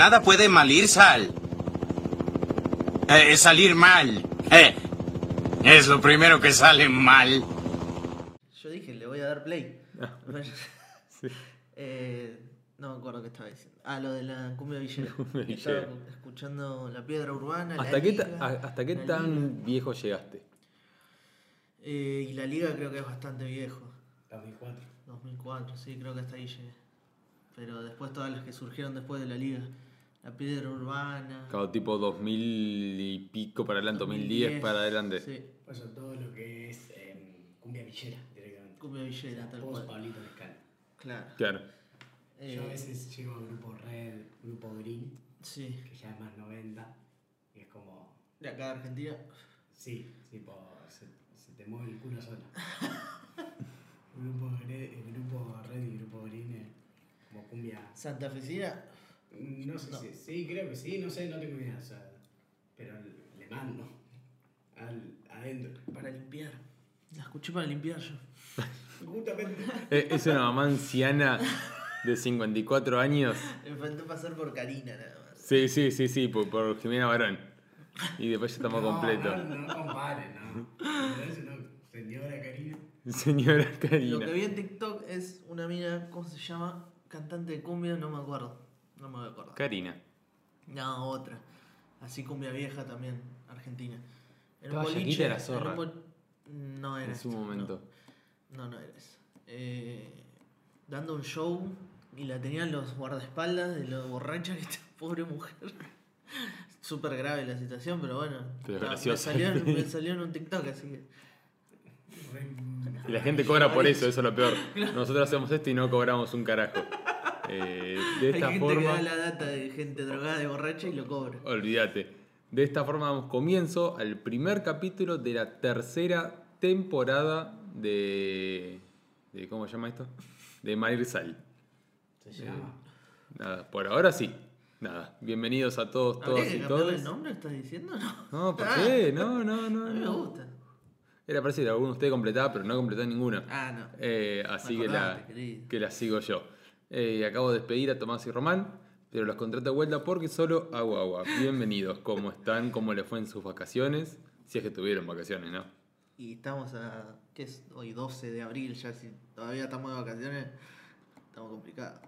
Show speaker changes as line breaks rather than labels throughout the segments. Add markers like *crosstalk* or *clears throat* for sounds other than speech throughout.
Nada puede malir sal. Eh, salir mal. Eh, es lo primero que sale mal.
Yo dije, le voy a dar play.
Ah,
*laughs* Bueno,
sí.
eh, no me acuerdo qué estaba diciendo. Ah, lo de la cumbia villera.
cumbia
Que estaba
villera.
escuchando La Piedra Urbana. La
¿Hasta qué, ta-
Liga,
a- ¿Hasta qué
La Liga.
tan viejo llegaste?
Eh, y La Liga creo que es bastante viejo.
2004.
2004, sí, creo que hasta ahí llegué. Pero después todas las que surgieron después de La Liga. La Piedra Urbana.
Claro, tipo 2000 y pico para adelante, 2010,
2010,
para adelante.
Sí,
Por eso Pues todo lo que es em, cumbia villera directamente.
cumbia villera, tal
Post
cual.
Pablito Lescano.
Claro.
Claro.
Yo a
Eh,
veces llego a grupo red, grupo green,
sí,
que ya es más 90, y es como,
de acá de Argentina.
sí, tipo, se, se te mueve el
*laughs*
culo sola. grupo, red, el grupo red y grupo green es como cumbia.
Santa Fecina,
No sé
No.
si, sí, creo que sí, no sé, no tengo idea, o sea, pero le mando al, adentro.
para limpiar. La escuché para limpiar yo.
Justamente.
Eh, Es una mamá anciana de 54 años.
Me faltó pasar por Karina nada más.
Sí, sí, sí, sí, por, por Jimena Barón. Y después ya estamos
No,
completos.
No, no, comparen, no. Pero es una señora Karina.
Señora
Lo
Karina.
que vi en TikTok es una mina, ¿cómo se llama? Cantante de cumbia, no me acuerdo. No me voy a acordar.
Karina.
No, otra. Así cumbia vieja también, argentina. En
Estaba Shakira la zorra.
en un bol- No era
En su
esta,
momento.
No, no, no era esa. Eh, dando un show y la tenían los guardaespaldas de lo borracha que esta *laughs* pobre mujer. Súper grave la situación, pero bueno.
Pero
Estaba- me,
graciosa.
salió, en-
*laughs*
me salió en un TikTok, así que.
Y la gente cobra por eso, eso es
*laughs*
lo peor. Nosotros hacemos esto y no cobramos un carajo. Eh, de esta
Hay gente que
forma.
da la data de gente drogada, de borracha y lo cobra.
Olvídate. De esta forma damos comienzo al primer capítulo de la tercera temporada de. de- ¿Cómo se llama esto? De Marirsal.
Se llama.
Nada, por ahora sí. Nada. Bienvenidos a todos, todos
¿Habría que
y
cambiarle
todas.
el nombre? ¿Estás diciendo? No.
No, ¿por qué? No, no,
A
no.
mí *laughs* me
no.
gusta.
Era para decir, alguno de ustedes completaba, pero no completó ninguna.
Ah, no.
Eh, así que la,
Acordaste, querido.
que la sigo yo. Eh, acabo de despedir a Tomás y Román, pero los contrato de vuelta porque solo hago agua. Bienvenidos, ¿cómo están? ¿Cómo les fue en sus vacaciones? Si es que tuvieron vacaciones, ¿no?
Y estamos a. ¿Qué es? Hoy 12 de abril, ya si todavía estamos de vacaciones. Estamos complicados.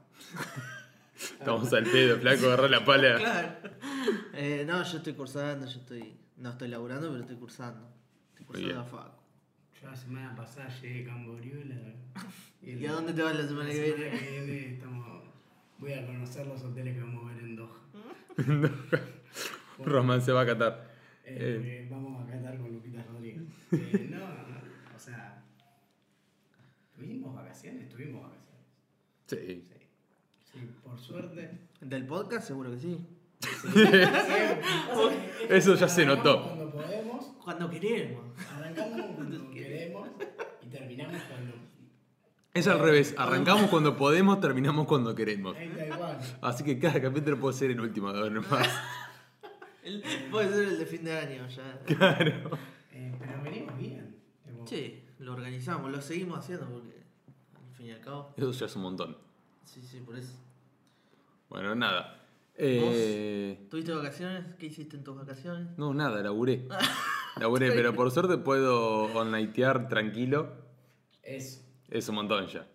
Estamos al pedo, flaco, agarró la pala.
Claro. Eh, no, yo estoy cursando, yo estoy. No estoy laburando, pero estoy cursando. Estoy
bien.
cursando a Facu.
Yo la semana pasada llegué a Camboriola.
¿Y a dónde te vas la semana
la
que
semana
viene?
que viene estamos. Voy a conocer los hoteles que vamos a ver en Doha.
Román se va a catar.
Eh,
Eh.
porque Vamos a catar con Lupita Rodríguez.
*laughs*
Eh, no, no, o sea. Tuvimos vacaciones, tuvimos vacaciones.
Sí.
Sí. Sí, por suerte.
*laughs* ¿Del podcast? Seguro que sí.
Eso ya se
Arrancamos
notó.
Cuando podemos,
Cuando queremos.
arrancamos cuando queremos y terminamos cuando
Es al revés, arrancamos cuando podemos, terminamos cuando queremos.
Ahí está igual.
Así que cada capítulo puede ser el último,
*laughs*
de nomás.
El- puede ser el de fin de año ya.
*laughs* Claro.
Eh, pero venimos bien. Tipo,
Sí, lo organizamos, lo seguimos haciendo porque al fin y al cabo.
Eso ya es un montón.
Sí, sí, por eso.
Bueno, nada. Eh...
¿Tuviste vacaciones? ¿Qué hiciste en tus vacaciones?
No, nada, laburé. Laburé, pero por suerte puedo onlaitear tranquilo.
Eso.
Es un montón ya.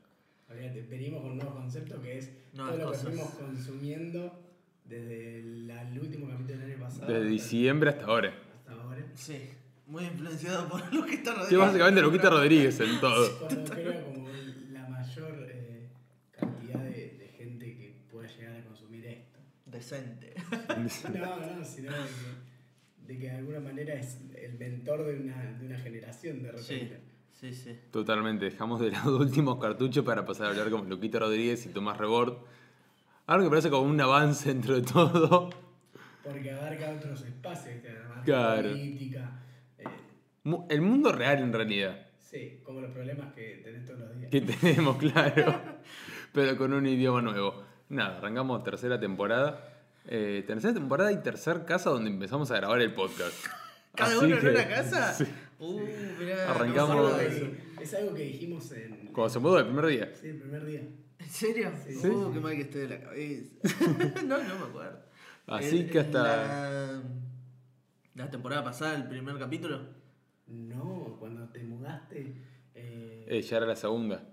Olvídate, venimos con un nuevo concepto que es
Nuevas
todo lo que
cosas.
fuimos consumiendo desde la- el último capítulo del año pasado.
Desde
hasta-
diciembre hasta ahora.
Hasta ahora.
Sí, muy influenciado por lo que está rodeado.
Sí, básicamente Luquita Rodríguez en todo.
Cuando creo como la mayor eh, cantidad de, de gente que pueda llegar a
*laughs*
consumir esto.
Decente.
No, no, sino de que, de que de alguna manera es el mentor de una, de una generación de
Sí,
repente.
sí, sí.
Totalmente, dejamos de lado *laughs* últimos cartuchos para pasar a hablar con Luquita Rodríguez y Tomás Rebord. Algo que parece como un avance dentro de todo.
Porque abarca otros espacios, ¿viste? abarca
Claro.
política. eh,
Mu- El mundo real en realidad,
Sí, como los problemas que tenés todos los días.
que *laughs* tenemos, claro. Pero con un idioma nuevo. Nada, arrancamos tercera temporada. Eh, tercera temporada y tercer casa donde empezamos a grabar el podcast.
¿Cada
Así
uno
que-
en una casa?
sí.
Uh, mirá,
Arrancamos-
no me acuerdo
Es algo
de eso.
que- Es algo que dijimos en
Cuando se mudó el primer día.
sí, el primer día.
¿En serio?
Sí.
Uh, qué mal que estoy de la *laughs* cabeza. no, no me acuerdo.
Así
En-
que
en
hasta-
La, la temporada pasada, el primer capítulo.
No, cuando te mudaste. eh,
Eh, ya era la segunda.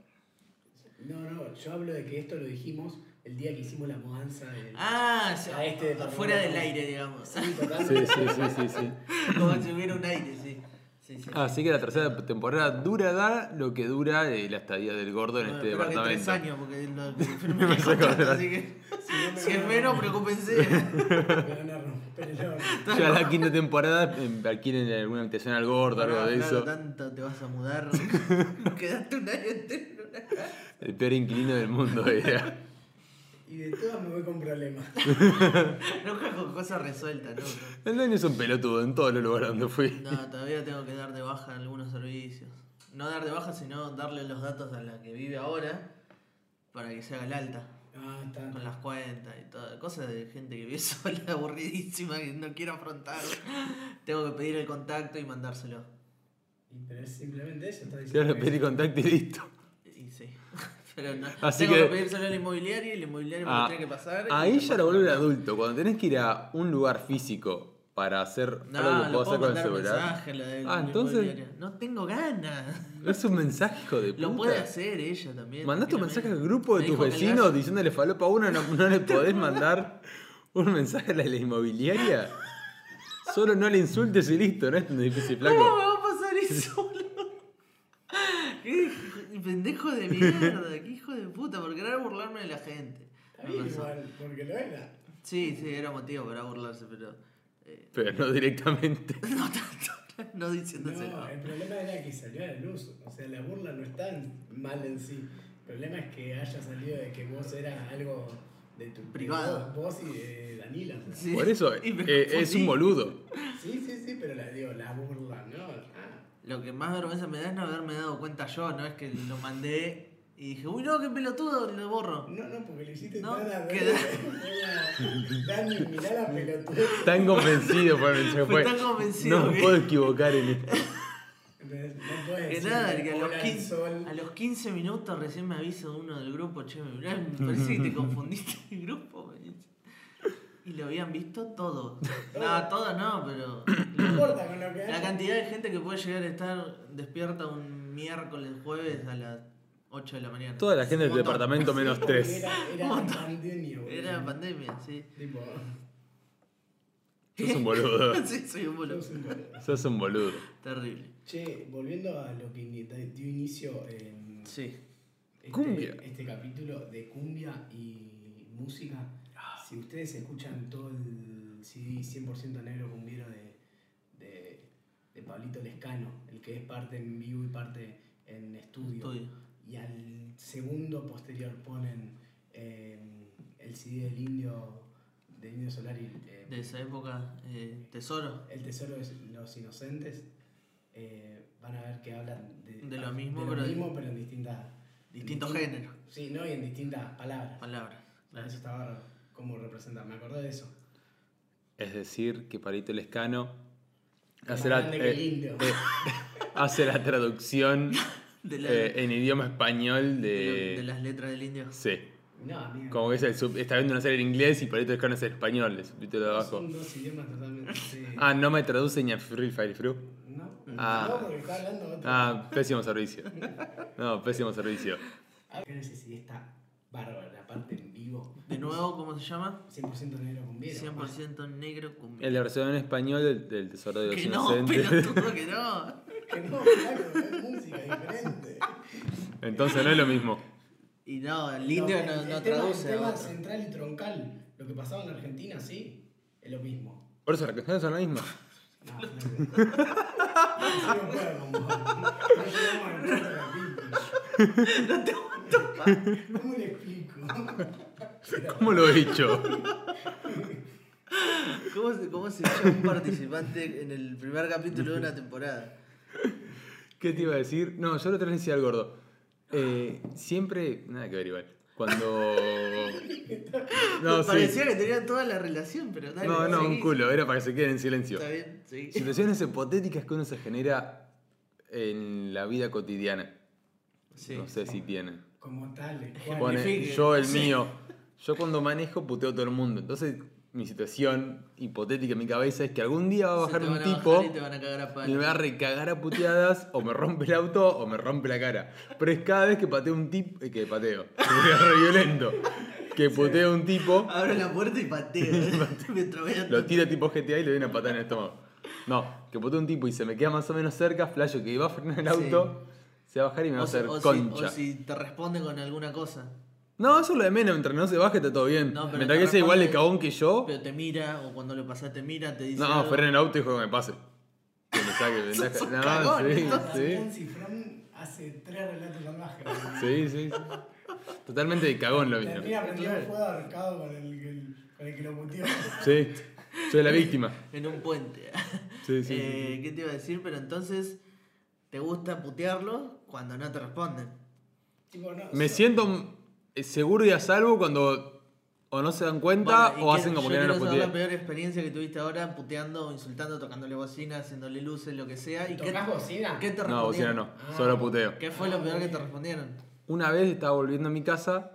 No, no, yo hablo de que esto lo dijimos el día que hicimos la mudanza. del-
Ah, sí,
A este departamento.
fuera del aire, digamos.
Sí, total.
Sí, sí, sí, sí, sí.
*laughs* Como si hubiera un aire, sí. Sí, sí.
Ah, Así que la tercera temporada dura da lo que dura eh, la estadía del gordo en
Bueno,
este
espero que tres
departamento.
años, porque lo- me
*laughs*
firmé el *laughs* contrato, así que.
no me
Si es
van a-
menos,
*laughs*
preocupense.
*laughs* Me van a romper el orto.
Ya la quinta temporada eh, adquieren alguna habitación al gordo, algo de
Claro,
eso.
tanto te vas a mudar. *laughs* Quedaste un año entero.
El peor inquilino del mundo era.
Y de todas me voy con problemas.
Nunca con cosas resueltas, ¿no?
El dueño es un pelotudo en todos los lugares donde fui.
No, todavía tengo que dar de baja algunos servicios. No dar de baja, sino darle los datos a la que vive ahora para que se haga el alta.
Ah,
Con
está.
las cuentas y todo. Cosas de gente que vive *laughs* sola, aburridísima, que no quiero afrontar. tengo que pedir el contacto y mandárselo.
Y- Pero es simplemente eso, está diciendo.
Claro,
que-
pedí contacto y listo.
Y sí. *laughs* Pero no.
Así
tengo que...
que-
pedírselo al inmobiliario y el inmobiliario me
Ah,
lo tiene que pasar. y
ahí
me
ya
pasa
lo vuelve
la-
adulto. Cuando tenés que ir a un lugar físico para hacer
No,
algo que
lo
puedo hacer
puedo
con el
mandar
celular.
mensaje, lo del
Ah, entonces-
inmobiliario. No tengo ganas.
No es un mensaje hijo de puta.
Lo puede hacer ella también.
Mandaste un mensaje
tranquilamente.
al grupo de
Me
tus
dijo que le
vecinos
hace-
diciéndole falopa a uno, no, no le podés mandar un mensaje a la, la inmobiliaria. Solo no le insultes y listo, no es tan difícil,
¿Cómo
flaco.
me va a pasar eso, *laughs* boludo? Qué pendejo de mierda, qué hijo de puta, por querer burlarme de la gente.
Está bien
Me pasó.
igual, porque lo era.
Sí, sí, era motivo para burlarse, pero. *laughs* eh,
Pero no directamente.
no tanto, no diciéndoselo.
No, eh. el problema era que salió a la luz. O sea, la burla no es tan mal en sí. El problema es que haya salido de que vos eras algo de tu
Privado.
Vos y de Danila. o sea.
Sí,
Por eso
y me
eh, es
confundí.
un boludo.
Sí, sí, sí, pero la digo, la burla, ¿no? Ah,
Lo que más vergüenza me da es no haberme dado cuenta yo, ¿no? Es que lo mandé y dije, uy, no, qué pelotudo, lo borro.
no, no, porque le hiciste
No,
tan a
queda-
*laughs* Dani, mirá la pelotuda.
Tan convencido fue el mensaje.
Fue
Fue,
tan convencido
No me
que-
puedo equivocar en esto.
Entonces, No puedes
Que
decir
nada, que a los,
hola al
15,
sol.
a los 15 minutos recién me avisa uno del grupo, che, me mirá, me parece
*laughs*
que te confundiste el grupo. me dice. Y lo habían visto todos. No, todos no, pero
No importa con lo que
la
hagas.
cantidad de gente que puede llegar a estar despierta un miércoles, jueves a las 8 de la mañana.
Toda la gente del
Un montón.
departamento menos
Porque
tres.
Era, era
Montón.
pandemia, boludo.
Era pandemia, sí.
Tipo,
Sos
*laughs*
un boludo.
sí, soy un boludo.
sos un boludo.
Sos un boludo.
Terrible.
Che, volviendo a lo que ini- da- dio inicio en
Sí.
este,
Cumbia.
este capítulo de cumbia y música. Si ustedes escuchan todo el CD 100% negro cumbiero de, de, de Pablito Lescano, el que es parte en vivo y parte en estudio,
Estudio.
y al segundo posterior ponen eh, el CD del indio, del indio solar y eh,
De esa época, eh, tesoro.
El tesoro de los inocentes. eh, van a ver que hablan de, ah,
De lo mismo,
de
pero-
mismo, pero en distintas.
Distintos
en distin-
géneros.
Sí, no, y en distintas palabras. Ah,
Palabras.
Eh,
Eso está bárbaro. ¿Cómo representa? Me acordé de eso.
Es decir, que Parito Lescano
Más
hace la,
grande que el
eh,
indio.
hace la traducción
De, la-
eh, en idioma español de.
de- de las letras del indio.
Sí.
no, amigo.
Como que es el sub- está viendo una serie en inglés y Parito Lescano es el español, el subtítulo de abajo.
Son dos idiomas totalmente. sí.
Ah, no me traduce ni a Free Fire Fru.
No,
Ah.
no, porque está hablando otro.
Ah, pésimo servicio. No, pésimo servicio.
Ah, No sé si está bárbaro, la parte en vivo.
De nuevo, ¿cómo se llama?
100% negro con vida.
100% negro cumbia.
El la versión en español del, del Tesoro de los
Que no,
Inocentes.
pelotudo, que no.
*laughs* Que no, claro, es música diferente.
Entonces no es lo mismo.
Y no, el indio no,
el
no
tema-
traduce.
El
a
tema
otro.
central y troncal, lo que pasaba en la Argentina, sí, es lo mismo.
Por eso las canciones son las mismas.
No, no, no. No, no puedo con vos. No llegamos al punto de la
No te aguanto más.
pica. ¿Cómo le explico?
¿Cómo lo he hecho?
¿Cómo se, cómo se echa un participante en el primer capítulo de una temporada?
¿Qué te iba a decir? No, yo lo otra vez decía al gordo. Eh, siempre. Nada que ver igual.
*laughs*
Cuando. No, sí.
Parecía que tenía toda la relación, pero dale,
No, no,
seguí.
un culo. Era para que se queden en silencio.
Está bien, sí.
Situaciones hipotéticas que uno se genera en la vida cotidiana.
Sí.
No sé si tienen.
como tales.
Pone,
Magnifique.
yo el
Sí.
mío. Yo cuando manejo puteo a todo el mundo. Entonces, mi situación hipotética en mi cabeza es que algún día va a bajar
Se te
un
van a
tipo
bajar y te van a cagar a
y me
palo.
va a recagar a puteadas o me rompe el auto o me rompe la cara. Pero es cada vez que pateo un tipo. eh, que pateo. *laughs* que soy re violento. Que puteo a un tipo,
Abro la puerta y pateo. ¿eh? *laughs*
*laughs*
Mientras vean-
lo tira tipo GTA y le doy una patada en el estómago. No, que poteo a un tipo y se me queda más o menos cerca, flasho que va a frenar el
Sí.
auto, se va a bajar y me va a
O si-
hacer
o si-
concha.
o si te responde con alguna cosa.
No, eso es lo de menos, mientras no se baje está todo bien.
No, pero
mientras
te
que sea igual de
responde-
cagón que yo,
Pero te mira, o cuando le pasás te mira, te dice.
no,
algo.
frena el auto y dijo que me pase. Que me saque
*laughs*
ventaja.
Sos un
No,
cagón,
sí,
Nancy
*laughs*
sí,
Nancy Fran hace tres relatos salvajes.
sí, sí, sí. Totalmente de cagón lo vino.
Termina prendiendo fuego ahorcado con el, el- con el que lo puteó.
Sí, soy la víctima.
En un puente.
Sí, sí, sí,
Eh, ¿Qué te iba a decir? Pero entonces, ¿te gusta putearlo cuando no te responden?
Tipo, no,
Me
so-
siento eh, seguro y a salvo cuando o no se dan cuenta
Bueno, ¿y
o
qué-
hacen como
yo
que no
quiero
los
saber la
puteé.
peor experiencia que tuviste ahora puteando, insultando, tocándole bocina, haciéndole luces, lo que sea. ¿Y qué,
¿Tocás bocina?
qué te respondieron?
No, bocina no,
Ah,
solo puteo.
¿Qué fue lo peor que te respondieron?
Una vez estaba volviendo a mi casa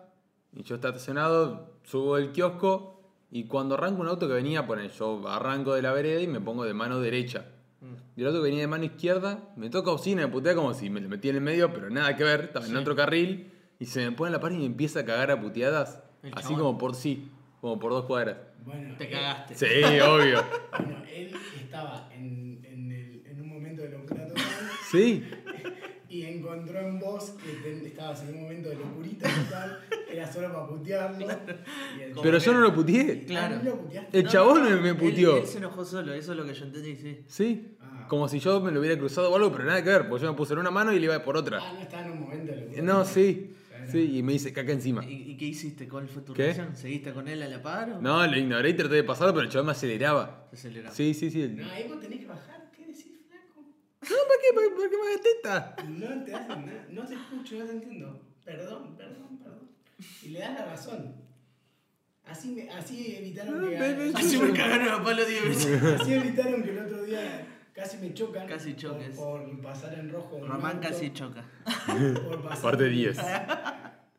y yo estaba estacionado, subo del kiosco y cuando arranco un auto que venía, ponen, yo arranco de la vereda y me pongo de mano derecha. Y el auto que venía de mano izquierda me toca bocina, me putea como si me lo metí en el medio, pero nada que ver, estaba en otro carril y se me pone en la par y me empieza a cagar a puteadas,
El
así
chabón.
como por sí, como por dos cuadras.
Bueno, eh,
Te
él-
cagaste.
Sí, *laughs* obvio.
Bueno, él estaba en, en, el- en un momento de locura total.
Sí,
Y encontró en vos que ten- estabas en un momento de locurita total, era solo para putearlo. y el-
pero yo no lo
*laughs*
puteé.
Claro. Eh,
Ah, ¿no lo puteaste?
El
No,
chabón
no, no,
me
él-
puteó.
Él, se enojó solo, eso es lo que yo entendí, sí.
Sí,
Ah.
como si yo me lo hubiera cruzado o algo, pero nada que ver, porque yo me puse en una mano y le iba por otra.
Ah, no estaba en un momento de locura.
No, sí. Sí, y me dice caca encima.
¿Y, y qué hiciste? ¿Cuál fue tu
¿Qué?
reacción? ¿Seguiste con él a la par? o
No, lo ignoré y traté de pasar, pero el chaval me aceleraba.
Te aceleraste?
Sí, sí, sí.
No,
No,
ahí vos tenés que bajar, ¿qué decís, flaco?
¿para qué? ¿Por, por qué me hagas teta?
No te hacen nada, no te escucho, no te entiendo. Perdón, perdón, perdón. Y le das la razón. Así, me, así evitaron
No,
que.
pero-
Así Ah, me cagaron a palo 10 veces.
Así evitaron que el otro día casi me chocan.
Casi
por-
choques.
Por, pasar en rojo. en
Román
un auto,
casi choca.
por pasar-
Parte 10.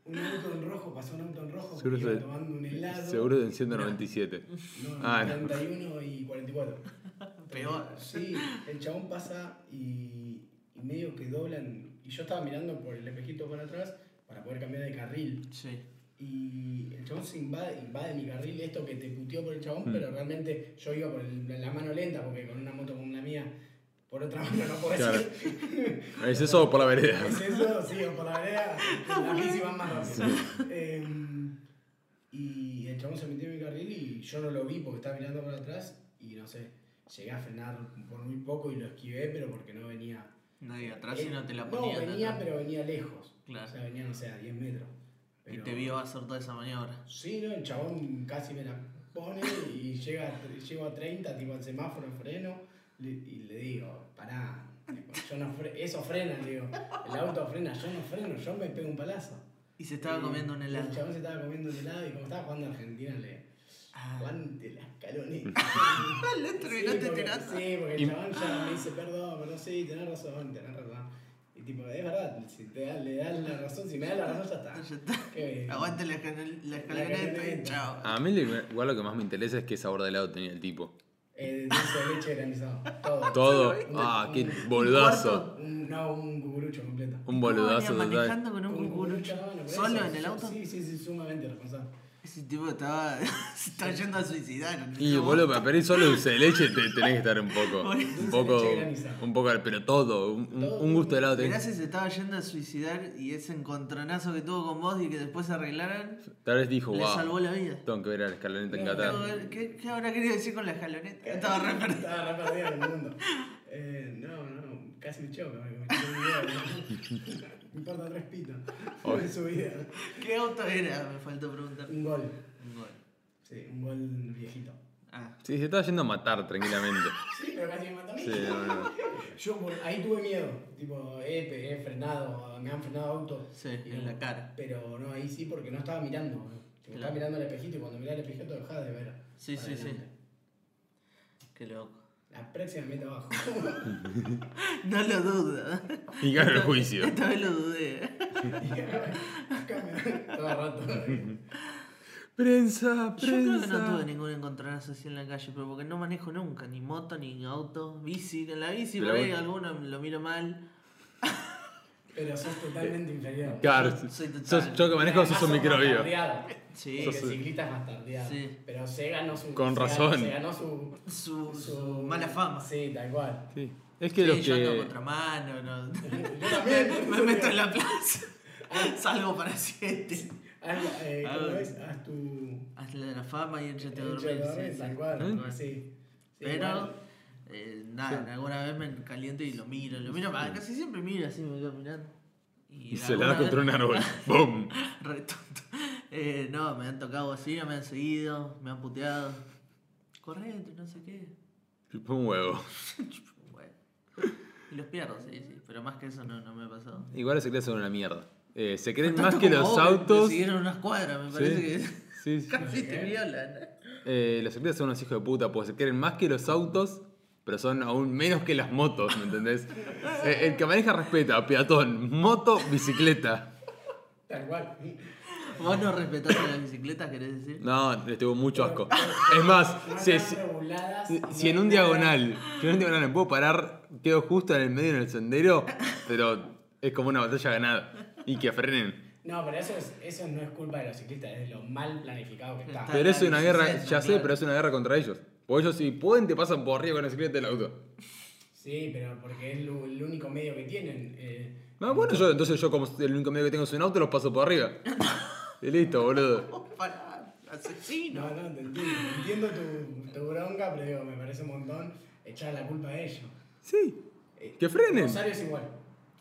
Un auto en rojo, pasó un auto en rojo.
Seguro
iba
se-
tomando un helado.
Seguro en 197.
No,
Ah, no.
31 y 44.
Peor.
Sí, el chabón pasa y, y medio que doblan. Y yo estaba mirando por el espejito para atrás para poder cambiar de carril.
Sí.
Y el chabón se invade, invade mi carril, esto que te puteó por el chabón, pero realmente yo iba por el- la mano lenta, porque con una moto como la mía, por otra *laughs* mano no podés
Claro.
ir.
Es eso por la vereda.
Es eso, sí, o por la vereda,
Ah,
aquí sí van más rápido. Em, y el chabón se metió en mi carril y yo no lo vi porque estaba mirando para atrás y no sé, llegué a frenar por muy poco y lo esquivé, pero porque no venía.
Nadie atrás y
Eh,
no te la ponía.
No, venía,
tanto.
pero venía lejos.
Claro.
O sea, venía, no sé, a 10 metros.
Y
Pero-
te vio hacer toda esa maniobra.
Sí, no, el chabón casi me la pone y llega, a- llego a 30, tipo al semáforo, freno le- y le digo, pará, tipo, yo no fre- eso frena, le digo, el auto frena, yo no freno, yo me pego un palazo.
Y se estaba
Y
comiendo un
El
helado.
chabón se estaba comiendo un helado y como estaba jugando a Argentina le
Ah. este
aguante las escaloneta.
Le terminaste
porque-
tirando.
Sí, porque
Y-
el chabón ya me dice, perdón, pero sí, tenés razón, tenés razón. Y tipo, es verdad, si te da- le das la razón, si me das la razón ya está.
Ya está.
Qué bien.
Aguante la, escal- la escaloneta y
escaloneta.
chao.
A mí lo- igual lo que más me interesa es qué sabor de helado tenía el tipo.
Eh, dulce de leche granizado. Todo.
Todo.
Un-
Ah,
un-
qué boludazo.
un- no, un cucurucho completo.
Un
No, venía
boludazo total.
manejando con un cucurucho.
no, no, por
¿Solo
eso,
en el
yo-
auto?
Sí, sí, sí, sumamente responsable.
Ese tipo estaba. *laughs* se estaba yendo a suicidar.
Y
Como-
boludo, para pedir solo dulce de leche te tenés que estar un poco.
Dulce
Un
de
poco.
leche granizado.
Un poco, pero todo. Un, un- un gusto de helado
Mirá
tenés.
si se estaba yendo a suicidar y ese encontronazo que tuvo con vos y que después se arreglaran,
Tal vez dijo,
le salvó
wow.
la vida.
Tengo que ver a la escaloneta en
No,
Qatar.
¿Qué, qué habrá querido decir con la escaloneta? Estaba re perdido.
Estaba re perdido en el mundo. Eh, no, no, casi me choca. Me, me choca un video, ¿no? Me importa tres pitos.
Obvio.
En su vida.
¿Qué auto era? Me faltó preguntar.
Un gol.
Bueno.
Sí, un gol viejito.
Ah,
Sí, se estaba yendo a matar tranquilamente.
Sí, pero casi me mató a mí.
Sí, no, no.
Yo por- ahí tuve miedo, tipo, he, pe- he frenado, me han frenado autos.
Sí,
Y
en
no,
la cara.
Pero no, ahí sí, porque no estaba mirando. ¿no?
Claro.
Tipo, Estaba mirando el espejito y cuando mirás el espejito dejás de ver.
Sí,
para
sí, sí.
adelante.
qué loco.
La próxima meta *laughs* abajo.
No lo dudo.
*laughs* Y ganó el juicio.
Esta vez lo dudé.
Todo roto.
Prensa,
Yo creo que no tuve
prensa.
ningún encontronazo así en la calle, pero porque no manejo nunca, ni moto, ni auto, bici, en la bici,
Pero
por ahí
vos-
alguno lo miro mal.
Pero sos totalmente inferior.
Claro,
Soy total.
sos- yo que manejo sos un
Además, sos
microbio.
bastardeado.
Sí.
Porque
Sos-
ciclista es bastardeado.
Sí.
Pero se ganó su.
Con
se ganó-
razón.
Se ganó su.
Su,
su-
su mala fama. Sí,
Sí, tal
*laughs*
cual.
Sí. Es que los
yo ando
que.
contramano, no.
Yo
*laughs*
también.
Me meto en la plaza. *laughs* Salgo para siete.
Haz, la- eh,
Ah,
¿cómo
bueno.
es? Haz tu.
Haz la de la fama y yo te
el
dormí.
chorro,
sí, sí.
Tal cual.
¿Eh?
Sí. Sí,
Pero,
igual.
eh, nada, alguna vez me caliento y lo miro, lo miro, más, casi siempre miro así, me quedo mirando.
Y se le
alguna
da contra un
vez-
árbol. ¡Bum!
*laughs* Re tonto. Eh, no, me han tocado así, me han seguido, me han puteado. Correte, no sé qué. *laughs*
Chupó un huevo.
Bueno. Y los pierdo, sí, sí. Pero más que eso no, no me ha pasado.
Igual se creen son una mierda. Eh, se creen
Tanto
más que
como
los
vos, Me
autos.
siguieron unas cuadras, me parece que.
Sí, sí.
*laughs* Casi te violan.
Eh, los ciclistas son unos hijos de puta, porque se quieren más que los autos, pero son aún menos que las motos, ¿me entendés?
*laughs*
Eh, el que maneja respeta, peatón, moto, bicicleta.
Tal cual.
Vos no respetaste las bicicletas, querés decir.
No, les tengo mucho asco. Es más, si, si-
reguladas. y
si en
no
un
hay nada-
diagonal, si en un diagonal me puedo parar, quedo justo en el medio en el sendero, pero es como una batalla ganada. Y que frenen.
No, pero eso, es, eso no es culpa de los ciclistas, es lo mal planificado que está.
Está-
Pero es una guerra,
Claro,
ya sé,
claro.
pero es una guerra contra ellos. Porque ellos si pueden te pasan por arriba con la bicicleta del auto.
Sí, pero porque es lo- el único medio que tienen. eh,
No, bueno, yo, entonces yo como el único medio que tengo es un auto, los paso por arriba. y listo, boludo.
*laughs* Oh, pará, asesino.
no, no, te entiendo. Entiendo tu, tu bronca, pero digo, me parece un montón echar la culpa a ellos.
Sí.
Eh,
Que frenen.
Rosario es igual.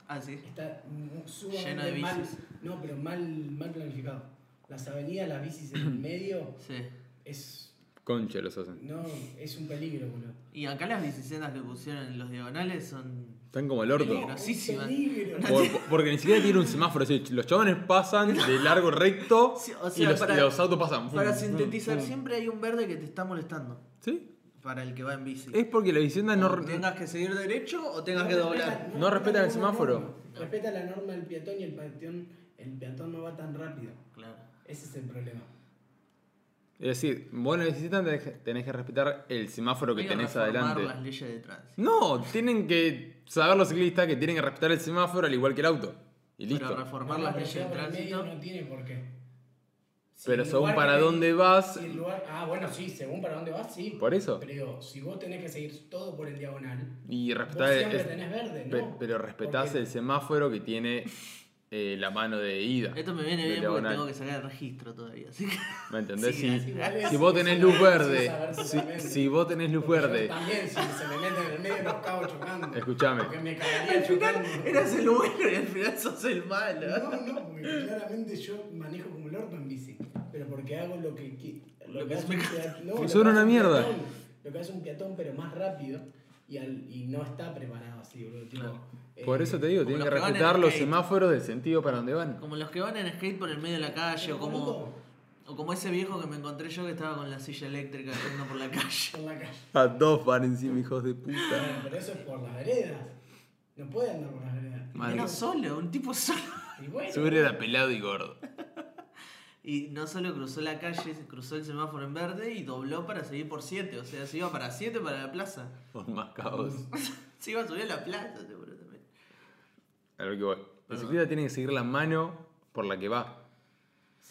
Ah, sí.
Está mu-
Lleno
sumamente
de
mal.
bicis.
No, pero mal, mal planificado. Las avenidas, las bicis en el medio,
Sí.
es.
Concha los hacen.
No, es un peligro, boludo.
Y acá las bicisendas que pusieron en los diagonales son.
Están como el orto.
Peligrosísimas.
Un peligro.
Por- por- porque ni siquiera tiene un semáforo. así, Los chabones pasan de largo recto
Sí, o sea,
y los,
para-
y los autos pasan.
Para
Fum,
sintetizar,
fum, fum.
siempre hay un verde que te está molestando.
Sí.
Para el que va en bici.
Es porque la bicicleta no,
O tengas que seguir derecho o tengas
No
que
respeta-
doblar.
No respetan el
ninguna
semáforo.
norma. Respeta la norma del peatón y el peatón, el peatón no va tan rápido.
Claro.
Ese es el problema.
Es decir, vos en la bicicleta tenés que- tenés que respetar el semáforo que
Hay que
tenés
reformar
adelante.
las leyes de tránsito.
No, tienen que saber los ciclistas que tienen que respetar el semáforo al igual que el auto. Y listo.
Pero reformar
No,
las
pero
leyes
ya
de
por el medio
tránsito.
No tiene por qué. Si
Pero
el
según
lugar
para
que-
dónde vas-
si el lugar- ah, bueno, sí, según para dónde vas, sí.
Por eso.
Pero digo, si vos tenés que seguir todo por el diagonal,
Y
vos
respetar el-
siempre
es-
tenés verde, ¿no?
Pe- pero respetás
Porque-
el semáforo que tiene eh, la mano de ida.
Esto me viene
del
bien porque
diagonal.
tengo que sacar el registro todavía. Así que...
¿Me entendés?
Sí,
si,
así
igual es-
si vos tenés
es
luz
saber-
verde,
saber
si,
totalmente.
si vos tenés luz
Porque yo
verde,
También, si se me meten en el medio, no acabo chocando.
Escuchame.
Porque me cagaría chocando.
Eras el bueno y al final sos el
No,
malo.
no, porque claramente yo manejo como el orto en bici. Pero porque hago lo que. qui- Lo,
Lo
que
que
hace
se
un
me
pea- no,
Que
lo
son
que
una
hace un
mierda.
peatón, Lo que hace un peatón, pero más rápido. Y, al, y no está preparado así, boludo. tipo,
Claro.
eh,
por eso te digo,
como
tienen que
los que van en
respetar los
skate.
semáforos del sentido para donde van.
Como los que van en skate por el medio de la calle o como,
boludo,
o como ese viejo que me encontré yo que estaba con la silla eléctrica yendo por la calle.
*laughs* Por la calle.
A Ah, dos van encima, hijos de puta.
Pero eso es por las veredas. No puede andar por las veredas.
Madre.
Era solo, un tipo solo.
Y bueno,
Seguro era pelado y gordo.
Y no solo cruzó la calle, cruzó el semáforo en verde y dobló para seguir por 7. O sea, se iba para 7 para la plaza.
Por más caos.
Se iba a subir a la plaza, seguro también.
A lo que voy. La bicicleta tiene que seguir la mano por la que va.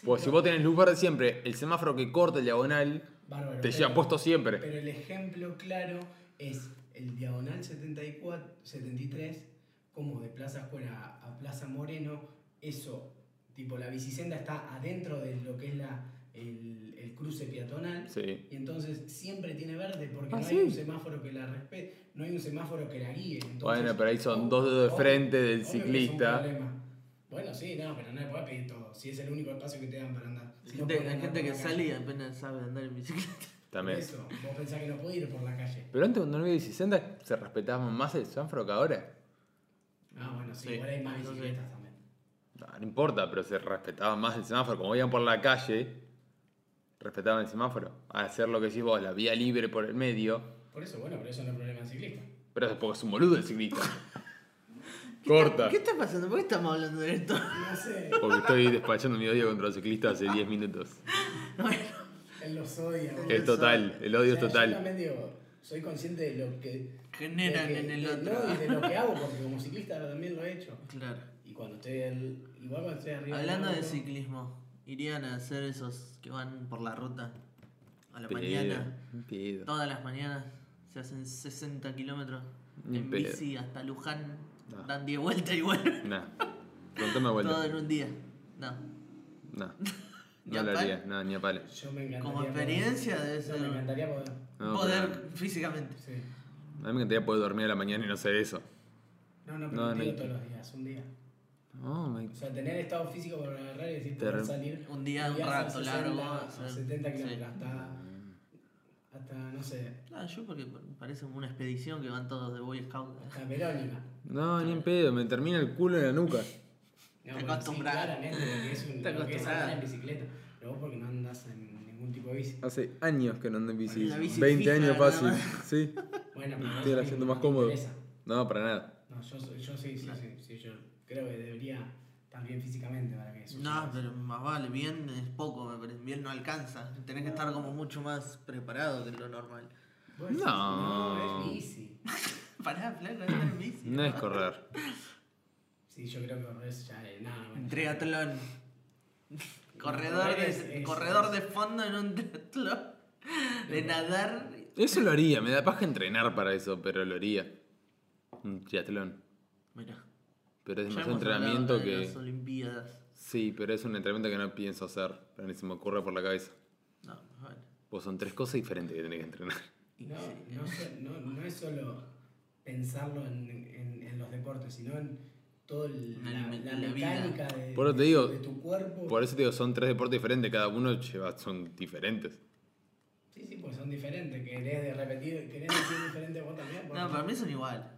Pues si vos tenés luz verde siempre, el semáforo que corta el diagonal
bárbaro,
te
pero-
lleva puesto siempre.
Pero el ejemplo claro es el diagonal 74, 73, como de Plaza Escuela a Plaza Moreno, eso, tipo la bicicenda está adentro de lo que es la, el, el cruce peatonal.
Sí.
Y entonces siempre tiene verde porque
Ah,
no
sí.
hay un semáforo que la respete, no hay un semáforo que la guíe. entonces-
Bueno, pero ahí son
Ob-
dos dedos de
ob-
frente del
obvio que es un
ciclista.
problema. Bueno, sí, no, pero no le podés pedir todo, si es el único espacio que te dan para andar. Si no
Gente-
podés
hay
andar
gente
por
que
la
sale y
calle.
apenas sabe andar en bicicleta.
También.
Eso, vos pensás que no puede ir por la calle.
Pero antes cuando no había 60 se respetaban más el semáforo que ahora.
Ah, bueno, sí,
Sí.
igual hay más
Eso sí.
bicicletas también.
No, no importa, pero se respetaba más el semáforo. Como iban por la calle, respetaban el semáforo. A hacer lo que decís vos, la vía libre por el medio.
Por eso, bueno, pero eso no es problema del ciclista.
*laughs*
Pero es porque es un boludo el ciclista. Corta.
¿Qué está pasando? ¿Por qué estamos hablando de esto?
No sé,
Porque estoy despachando mi odio contra los ciclistas hace 10 minutos.
Bueno,
él los odia. boludo.
Es total, el odio es
O sea, Yo
total.
también digo, soy consciente de lo que.
Generan
de que-
en el
de-
otro.
no, y de lo que hago, porque como ciclista también lo he hecho.
claro.
Y cuando estoy. al- igual cuando estoy arriba. del
Hablando de
auto,
ciclismo, irían a hacer esos que van por la ruta a la
Pedo,
mañana.
pedo.
Todas las mañanas se hacen 60 kilómetros
Ni
en
pedo.
bici hasta Luján.
No.
Dan 10 vueltas y vuelven.
Nah. Contame
*laughs*
vuelta.
Todo en un día. No. *laughs*
No.
Ni
No
a
lo haría,
palo.
no, ni a palo.
Yo me encantaría.
Como
poder-
experiencia debe
No, me
ser
encantaría poder.
No,
poder
pero-
físicamente.
Sí.
A mí me encantaría poder dormir a la mañana y no hacer eso.
No, no,
No,
pero
no
no,
hay-
todos los días, un día.
Oh, my-
O sea, tener estado físico para agarrar y decir,
Ter-
poder salir.
Un día, un
hacer
rato largo, hacer-
70 kilómetros,
sí.
hasta. Hasta, no sé,
Ah, yo porque parece como una expedición que van todos de Boy Scout. ¿eh?
hasta Verónica.
No, ni en pedo, me termina el culo en la nuca.
No,
Te
bueno,
acostumbrás.
Sí, claramente, porque es un,
Te
lo que es
acostumbrás.
andar en bicicleta. Pero vos porque no andás en ningún tipo de bici.
Hace años que no ando en bici.
La bici
20
fija,
años
nada *laughs*
fácil.
más.
Sí.
Bueno, pero
Estoy
eso
haciendo
me-
más
me
cómodo.
interesa.
No, para nada.
No, yo, soy- yo sí, sí, sí, sí, yo creo que debería también físicamente para que eso.
No, pero más vale, bien es poco, me parece, bien no alcanza. Tenés que estar como mucho más preparado que lo normal. *laughs*
Vos decís,
No.
no, es bici.
Pará, flaco, andá en bici.
No es correr.
Sí, yo creo que correr es ya eh, nada. bueno.
Triatlón. *laughs* Corredor
Es-
de,
es-
corredor de fondo en un triatlón. De nadar.
Eso lo haría, me da paja entrenar para eso, pero lo haría. Un triatlón.
Mira,
Pero es
ya
más
hemos hablado
entrenamiento
de
que.
las Olimpiadas.
Sí, pero es un entrenamiento que no pienso hacer. Pero ni se me ocurre por la cabeza.
No, más vale.
Pues son tres cosas diferentes que tenés que entrenar.
Y
No,
sí.
no, so- no, no es solo pensarlo en, en, en los deportes, sino en todo el-
La
la,
alime-
la
la vida.
mecánica de,
Por eso te
de-
digo,
de tu cuerpo.
Por eso te digo, son tres deportes diferentes, cada uno lleva, son diferentes.
Sí, sí, pues son diferentes. Querés de repetir, querés decir diferente vos también.
No, para mí son
*laughs*
igual.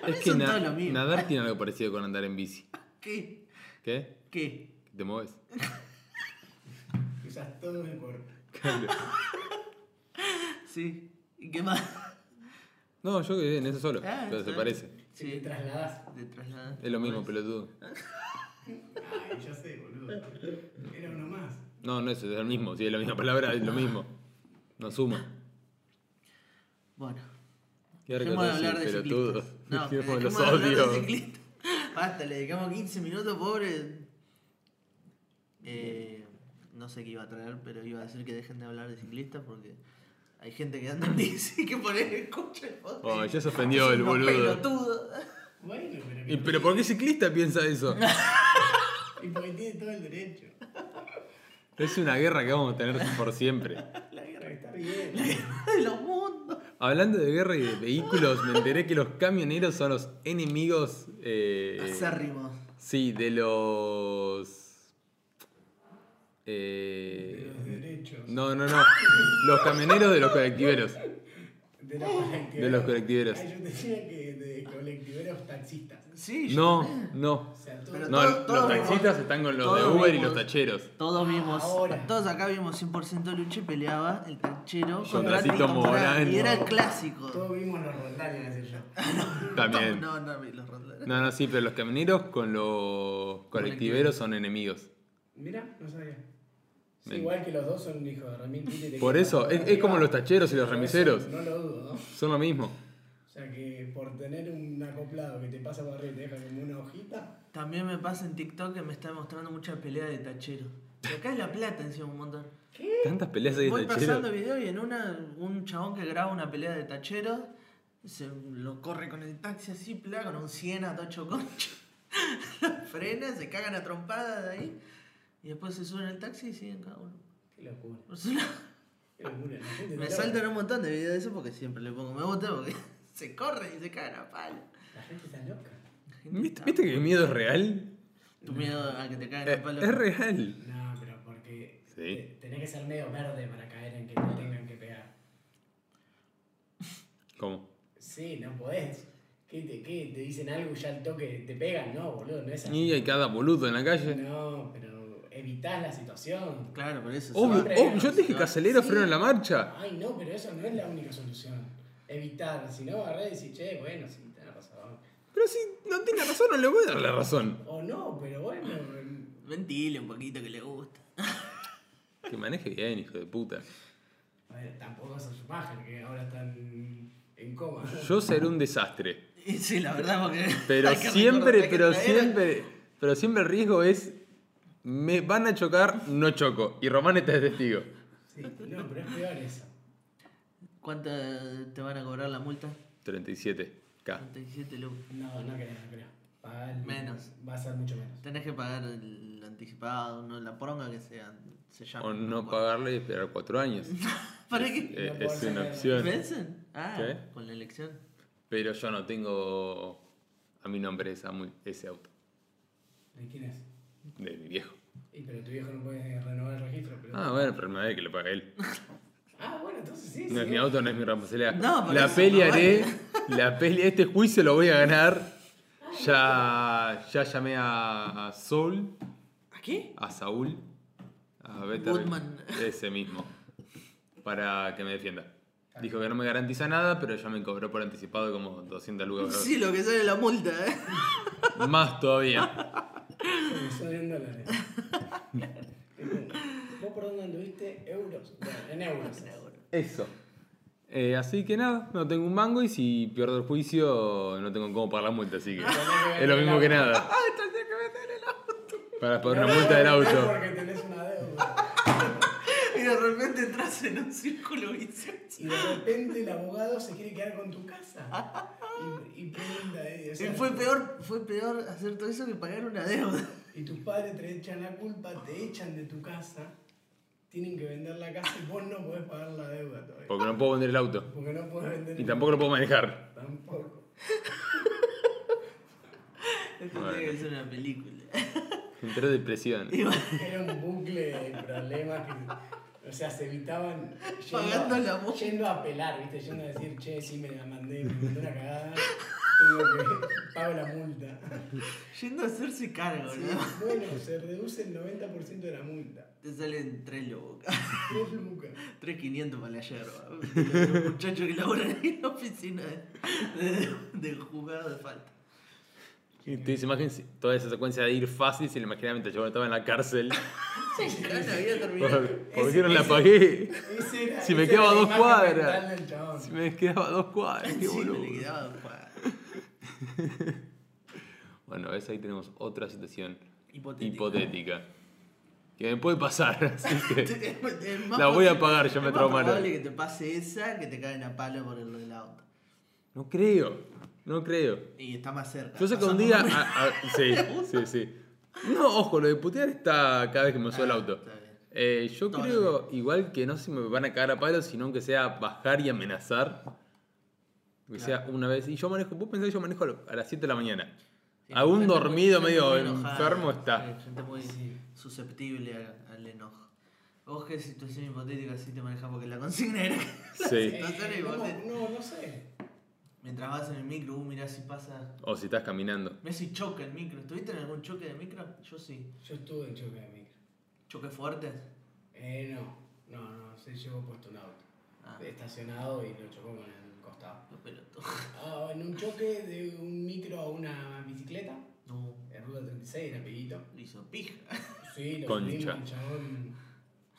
Para mí
Es que
son
na-
todos lo mismo.
nadar tiene algo parecido con andar en bici.
¿Qué?
¿Qué?
¿Qué?
¿Te mueves?
*laughs*
Usas todo el cuerpo.
Claro.
Sí. ¿Y qué más?
No, yo quedé en eso solo,
Ah,
pero se
sí.
parece.
Si te
Sí.
trasladás.
Te trasladas.
Es lo mismo, pelotudo.
Ay, ya sé, boludo. Era uno más.
No, no, eso es lo mismo, si es la misma palabra, es lo mismo. No suma.
Bueno.
Y ahora que
Dejemos de
vas a
hablar de
decir,
ciclistas. *laughs*
*laughs*
No,
Dejemos
dejemos
los
de hablar de
odios.
ciclistas. *laughs* Basta, le dedicamos 15 minutos, pobre. Eh, no sé qué iba a traer, pero iba a decir que dejen de hablar de ciclistas porque hay gente que anda en bici que por ahí escucha el podcast.
Oh, ya se ofendió el
Unos
boludo.
pelotudos. *laughs*
Bueno, pero.
¿Y pero por qué ciclista piensa eso?
Y porque tiene todo el derecho.
Es una guerra que vamos a tener por siempre.
La guerra está bien.
De los mundos.
Hablando de guerra y de vehículos, me enteré que los camioneros son los enemigos. eh,
Acérrimos.
sí, de los. eh,
Los derechos.
no, no, no. Los camioneros de los colectiveros.
De los colectiveros.
De los colectiveros.
Ay, yo decía que de colectiveros taxistas.
Sí, yo-
No, no.
O sea, todo.
Pero
No,
todos-
los
todos
taxistas
vimos-
están con los
todos
de Uber y
vimos-
los tacheros.
Todos vimos,
Ahora.
todos acá vimos 100% Luche peleaba el tachero
Contra
contra
Tito
Tito Morán.
Morán.
Y era el clásico.
Todos vimos los rondales, decía yo.
También.
No, no, los ronderos.
No, no, sí, pero los camioneros con los colectiveros son enemigos.
Mira, no sabía. Sí,
Ven.
igual que los dos son hijos de Ramil Pite.
Por eso, es- es como los tacheros y los remiseros.
No lo dudo, ¿no?
Son lo mismo.
O sea que por tener un acoplado que te pasa por arriba y te deja como una hojita.
También me pasa en TikTok que me está mostrando mucha pelea de tacheros. Y acá es La Plata encima un montón.
Tantas peleas hay
Voy
de
pasando
tacheros.
video y en una un chabón que graba una pelea de tacheros se lo corre con el taxi así, pla, con un 100 a tocho concho. *laughs* Lo frena, se cagan a trompadas de ahí. Y después se suben al taxi y siguen cada uno.
Qué locura.
Por su lado.
Qué locura. la gente
Me
está
saltan
loca.
un montón de videos de eso porque siempre le pongo me gusta porque *laughs* se corren y se cagan a palo.
La gente está loca.
La gente
¿Viste,
está-
viste que el miedo es real?
Tu miedo a que te
Eh,
caigan a
Es,
palo.
real.
No, pero porque
Sí.
te- tenés que ser medio verde para caer en que te tengan que pegar.
¿Cómo?
Sí, no podés. ¿Qué te, qué? ¿Te dicen algo y ya al toque te pegan? No, boludo, no es
Y
así.
hay cada boludo en la calle.
No, pero evitás la situación.
Claro, por eso. se
Obvio,
va.
obvio, yo te dije que acelero,
Sí.
freno en la marcha.
Ay, no, pero eso no es la única solución. Evitar, si no agarré y decís, che, bueno, sí, tenés razón.
Pero si no tiene razón, no le voy a dar la razón.
O no, pero bueno.
Ventile un poquito que le gusta. *laughs*
Que maneje bien, hijo de puta.
A ver, tampoco es a su imagen, que ahora están en coma.
Yo seré un desastre.
Y sí, la verdad, porque.
*laughs*
*laughs*
Pero
hay que
siempre,
recordar que
pero
traer-
siempre, pero siempre el riesgo es. Me van a chocar, no choco. Y Román está de testigo.
Sí, no, pero es peor eso.
¿Cuánto te van a cobrar la multa?
37K.
37 lucas.
No, no creo, no creo. Pagar
Menos.
Va a ser mucho menos.
Tenés que pagar el anticipado, no la poronga que sea, se llama.
O no pagarle y esperar cuatro años.
*laughs* ¿Para qué?
Eh,
No
es
puedo
una
sacar.
opción.
¿Vencen? Ah,
¿Qué?
con la elección.
Pero yo no tengo a mi nombre esa mul- ese auto.
¿De quién es?
De mi viejo.
Y pero tu viejo no puede renovar el registro. Pero...
Ah, bueno, pero me da que lo pague él.
Ah, bueno, entonces sí.
No es
sí.
mi auto, no es mi responsabilidad.
No, por
la
eso, *laughs*
pelearé,
no
la peli, este juicio lo voy a ganar. Ya, ya llamé a, a Saul,
¿A qué?
a Saúl, a Better-
Goodman.
ese mismo, para que me defienda. Dijo que no me garantiza nada, pero ya me cobró por anticipado como 200 lucas.
*laughs* Sí, lo que sale la multa, ¿eh? *laughs*
Más todavía.
Porque Son
*laughs*
en dólares. ¿Vos por dónde anduviste? Euros. Bueno, en euros.
Eso. Eh, así que nada, no tengo un mango y si pierdo el juicio no tengo cómo pagar la multa, así que es lo mismo que nada. Para pagar una multa del
No,
auto.
Porque tenés una deuda.
Y de repente entras en un círculo vicioso.
Y de repente el abogado se quiere quedar con tu casa. Y, y pregunta, eh, o
Y
sea,
fue peor, fue peor hacer todo eso que pagar una deuda. *laughs*
Y tus padres te echan la culpa, te echan de tu casa. Tienen que vender la casa y vos no podés pagar la deuda todavía.
Porque no puedo vender el auto.
Porque no podés vender.
Y tampoco lo puedo manejar.
Tampoco.
Esto tiene que ser una película. *laughs*
Entré depresión.
Y bueno,
Era un bucle de problemas que, o sea, se evitaban yendo,
Pagando
a,
la voz.
yendo a apelar, ¿viste? Yendo a decir, che, sí me la mandé, me mandé una cagada, tengo que pago la multa.
yendo a hacerse cargo,
Sí,
¿no?
bueno, se reduce el 90% de la multa.
Te salen tres *laughs* locas.
Tres lucas.
3.500 para la yerba. Los muchachos que laburan en la oficina de, de, del juzgado de falta.
Y Ustedes imagínense toda esa secuencia de ir fácil, se la imaginaba mientras yo estaba en la cárcel.
Sí, ya la había terminado.
Por, ¿por qué no la pagué?
Ese era-
Si me
esa era
quedaba
la
dos
imagen
cuadras.
mental del chabón.
Si me quedaba dos cuadras, qué
Sí,
boludo.
me le quedaba dos cuadras.
Bueno, ves, ahí tenemos otra situación
Hipotética.
hipotética. Que me puede pasar, *laughs* así que
Es más
la voy a
posible-
pagar, ya me
es más probable
traumaron.
que te pase esa que te caen a palo por el del auto.
No creo, no creo.
Y está más cerca.
Yo sé que un
Pasamos
día.
más-
a- a- sí, sí, sí. No, ojo, lo de putear está cada vez que me subo el
Ah,
auto.
está bien.
Eh, yo
No,
creo, igual que no si me van a cagar a palos, sino que sea bajar y amenazar. Que sea una vez. Y yo manejo, vos pensás que yo manejo a lo- a las 7 de la mañana.
Sí,
Aún
gente muy-
dormido,
gente
medio
muy enojada,
enfermo está.
sí, Gente muy
Sí.
susceptible a- al enojo. Vos qué situación hipotética así te manejás porque la consigna era.
*laughs* Sí.
Eh,
No sé,
no,
vos-
no, no sé.
*laughs* Mientras vas en el micro, uh, mirá si pasa.
O si estás caminando.
Mirá si choca el micro. ¿Estuviste en algún choque de micro? Yo sí.
Yo estuve en choque de micro.
¿Choque fuertes?
Eh, no, no, no, se llevó puesto un auto.
Ah,
Estacionado y lo chocó con el costado.
los pelotos. *laughs*
Ah, en un choque de un micro a una bicicleta,
No,
en ruta 36, era pibito.
lo hizo pija.
Sí, lo
Concha.
subimos, el chabón